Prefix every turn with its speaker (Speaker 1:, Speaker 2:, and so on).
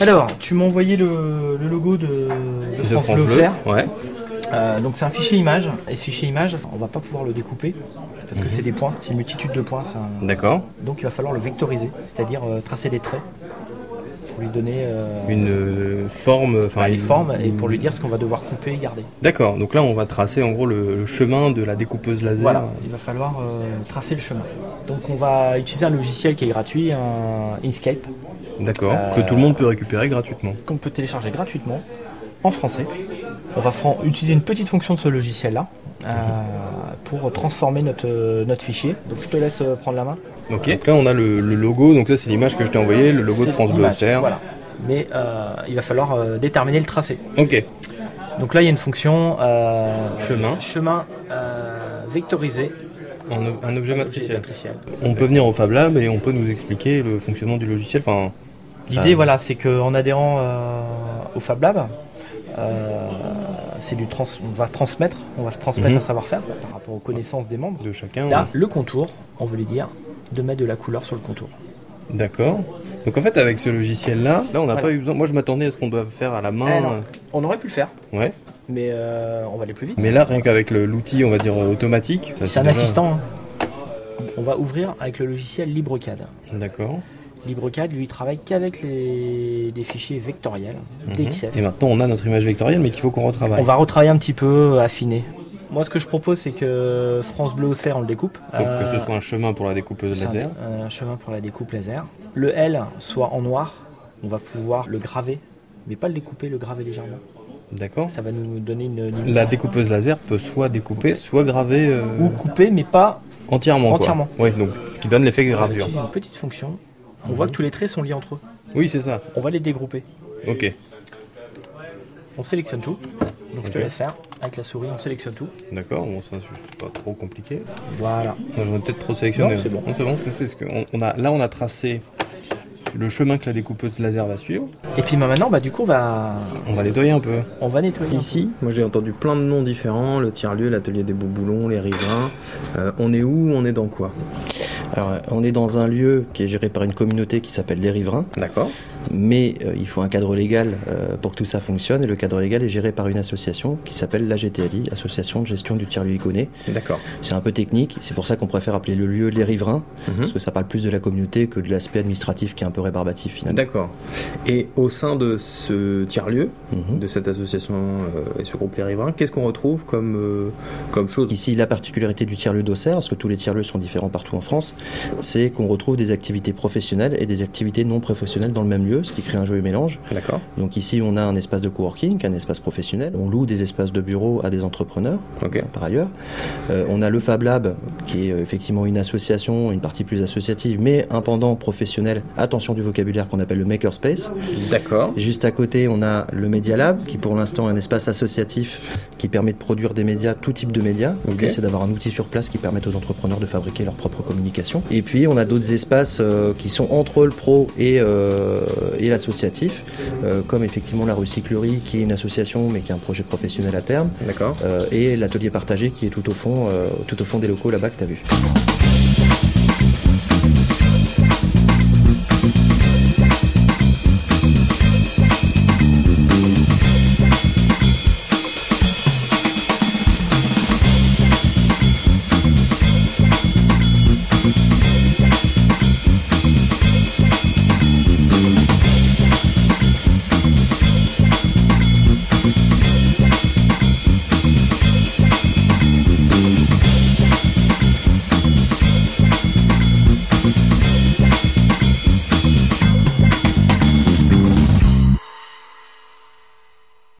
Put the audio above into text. Speaker 1: Alors, tu m'as envoyé le, le logo de, de
Speaker 2: De
Speaker 1: France
Speaker 2: France
Speaker 1: Bleu
Speaker 2: Bleu,
Speaker 1: Auxerre.
Speaker 2: ouais.
Speaker 1: Euh, donc c'est un fichier image. Et ce fichier image, on va pas pouvoir le découper parce que c'est des points, c'est une multitude de points. c'est un-
Speaker 2: D'accord.
Speaker 1: Donc il va falloir le vectoriser, c'est-à-dire euh, tracer des traits pour lui donner euh,
Speaker 2: Une euh, forme.
Speaker 1: bah,
Speaker 2: Enfin,
Speaker 1: les
Speaker 2: une-
Speaker 1: formes et pour lui dire ce qu'on va devoir couper et garder.
Speaker 2: D'accord. Donc là, on va tracer en gros le, le chemin de la découpeuse laser.
Speaker 1: Voilà, il va falloir euh, tracer le chemin. Donc on va utiliser un logiciel qui est gratuit, un Inkscape,
Speaker 2: D'accord.
Speaker 1: Euh,
Speaker 2: Que tout le monde peut récupérer gratuitement.
Speaker 1: qu'on peut télécharger gratuitement en français. On va fran- utiliser une petite fonction de ce logiciel-là euh, pour transformer notre, euh, notre fichier. Donc je te laisse euh, prendre la main.
Speaker 2: Ok. Donc là, on a le, le logo. Donc ça, c'est l'image que je t'ai envoyée, le logo de
Speaker 1: C'est
Speaker 2: France Bleu
Speaker 1: l'image,
Speaker 2: Auxerre.
Speaker 1: Voilà. Mais euh, il va falloir euh, déterminer le tracé.
Speaker 2: Ok.
Speaker 1: Donc là, il y a une fonction euh,
Speaker 2: Chemin.
Speaker 1: chemin euh, vectorisé.
Speaker 2: En o- un objet matriciel.
Speaker 1: matriciel.
Speaker 2: On peut venir au Fab Lab et on peut nous expliquer le fonctionnement du logiciel. Enfin,
Speaker 1: L'idée,
Speaker 2: Ça-
Speaker 1: voilà, c'est qu'en adhérant euh, au Fab Lab, euh, c'est du trans- on va transmettre, on va transmettre
Speaker 2: Mhm.
Speaker 1: un savoir-faire par rapport aux connaissances des membres.
Speaker 2: de chacun.
Speaker 1: Là, le contour, on veut lui dire de mettre de la couleur sur le contour.
Speaker 2: D'accord. Donc en fait, avec ce logiciel-là, là, on n'a
Speaker 1: Voilà.
Speaker 2: pas eu besoin. Moi, je m'attendais à ce qu'on doive faire à la
Speaker 1: Eh
Speaker 2: main.
Speaker 1: non, on aurait pu le faire,
Speaker 2: euh, Ouais.
Speaker 1: mais euh, on va aller plus vite.
Speaker 2: Mais là, rien qu'avec le- l'outil, on va dire euh, automatique. ça,
Speaker 1: C'est un
Speaker 2: déjà-
Speaker 1: assistant. hein. On va ouvrir avec le logiciel LibreCAD.
Speaker 2: D'accord.
Speaker 1: LibreCAD, lui, il travaille qu'avec les... des fichiers vectoriels,
Speaker 2: Mhm.
Speaker 1: DXF.
Speaker 2: Et maintenant, on a notre image vectorielle, mais qu'il faut qu'on retravaille.
Speaker 1: On va retravailler un petit peu, affiner. Moi, ce que je propose, c'est que France Bleu Auxerre, on le découpe.
Speaker 2: Donc
Speaker 1: Euh,
Speaker 2: que ce soit un chemin pour la découpeuse
Speaker 1: c'est un-
Speaker 2: laser.
Speaker 1: Un, chemin pour la découpe laser. Le L soit en noir, on va pouvoir le graver, mais pas le découper, le graver légèrement.
Speaker 2: D'accord.
Speaker 1: Ça va nous donner une limite.
Speaker 2: La découpeuse laser peut soit découper, soit graver euh,
Speaker 1: Ou couper, mais pas.
Speaker 2: entièrement. quoi.
Speaker 1: entièrement.
Speaker 2: Ouais, donc ce qui donne l'effet
Speaker 1: On va
Speaker 2: gravure.
Speaker 1: utiliser une petite fonction. On
Speaker 2: Mhm.
Speaker 1: voit que tous les traits sont liés entre eux.
Speaker 2: Oui, c'est ça.
Speaker 1: On va les dégrouper.
Speaker 2: Ok.
Speaker 1: On sélectionne tout. Donc je te
Speaker 2: Ok.
Speaker 1: laisse faire. Avec la souris, on sélectionne tout.
Speaker 2: D'accord. Bon, ça, c'est pas trop compliqué.
Speaker 1: Voilà.
Speaker 2: Moi, J'aurais peut-être trop sélectionné.
Speaker 1: Non, c'est bon.
Speaker 2: c'est bon. ça, c'est ce que on- on a, là, on a tracé le chemin que la découpeuse laser va suivre.
Speaker 1: Et puis bah, maintenant, bah, du coup, on va,
Speaker 2: On va nettoyer un peu.
Speaker 1: on va nettoyer. un peu.
Speaker 3: Ici, moi j'ai entendu plein de noms différents, le tiers-lieu, l'atelier des bouboulons, les riverains. Euh, on est où On est dans quoi
Speaker 4: Alors, euh, on est dans un lieu qui est géré par une communauté qui s'appelle les riverains,
Speaker 3: D'accord.
Speaker 4: mais euh, il faut un cadre légal euh, pour que tout ça fonctionne, et le cadre légal est géré par une association qui s'appelle la GTLI, Association de gestion du tiers-lieu iconé.
Speaker 3: D'accord.
Speaker 4: C'est un peu technique, c'est pour ça qu'on préfère appeler le lieu les riverains,
Speaker 3: Mhm.
Speaker 4: parce que ça parle plus de la communauté que de l'aspect administratif qui est un peu rébarbatif finalement.
Speaker 3: D'accord. Et au sein de ce tiers-lieu,
Speaker 4: Mhm.
Speaker 3: de cette association euh, et ce groupe Les Riverains, qu'est-ce qu'on retrouve comme, euh, comme chose
Speaker 4: Ici, la particularité du tiers-lieu d'Auxerre, parce que tous les tiers-lieux sont différents partout en France, c'est qu'on retrouve des activités professionnelles et des activités non professionnelles dans le même lieu, ce qui crée un joli mélange.
Speaker 3: D'accord.
Speaker 4: Donc ici, on a un espace de coworking, un espace professionnel. On loue des espaces de bureaux à des entrepreneurs,
Speaker 3: Ok.
Speaker 4: par ailleurs. Euh, on a le Fab Lab, qui est euh, effectivement une association, une partie plus associative, mais un pendant professionnel, attention du vocabulaire qu'on appelle le makerspace.
Speaker 3: D'accord.
Speaker 4: Juste à côté, on a le Media Lab, qui pour l'instant est un espace associatif qui permet de produire des médias, tout type de médias. L'idée, c'est d'avoir un outil sur place qui permette aux entrepreneurs de fabriquer leur propre communication. Et puis, on a d'autres espaces euh, qui sont entre le pro et, euh, et l'associatif, euh, comme effectivement la recyclerie, qui est une association, mais qui est un projet professionnel à terme,
Speaker 3: D'accord.
Speaker 4: euh, et l'atelier partagé, qui est tout au fond, euh, tout au fond des locaux là-bas que tu as vu.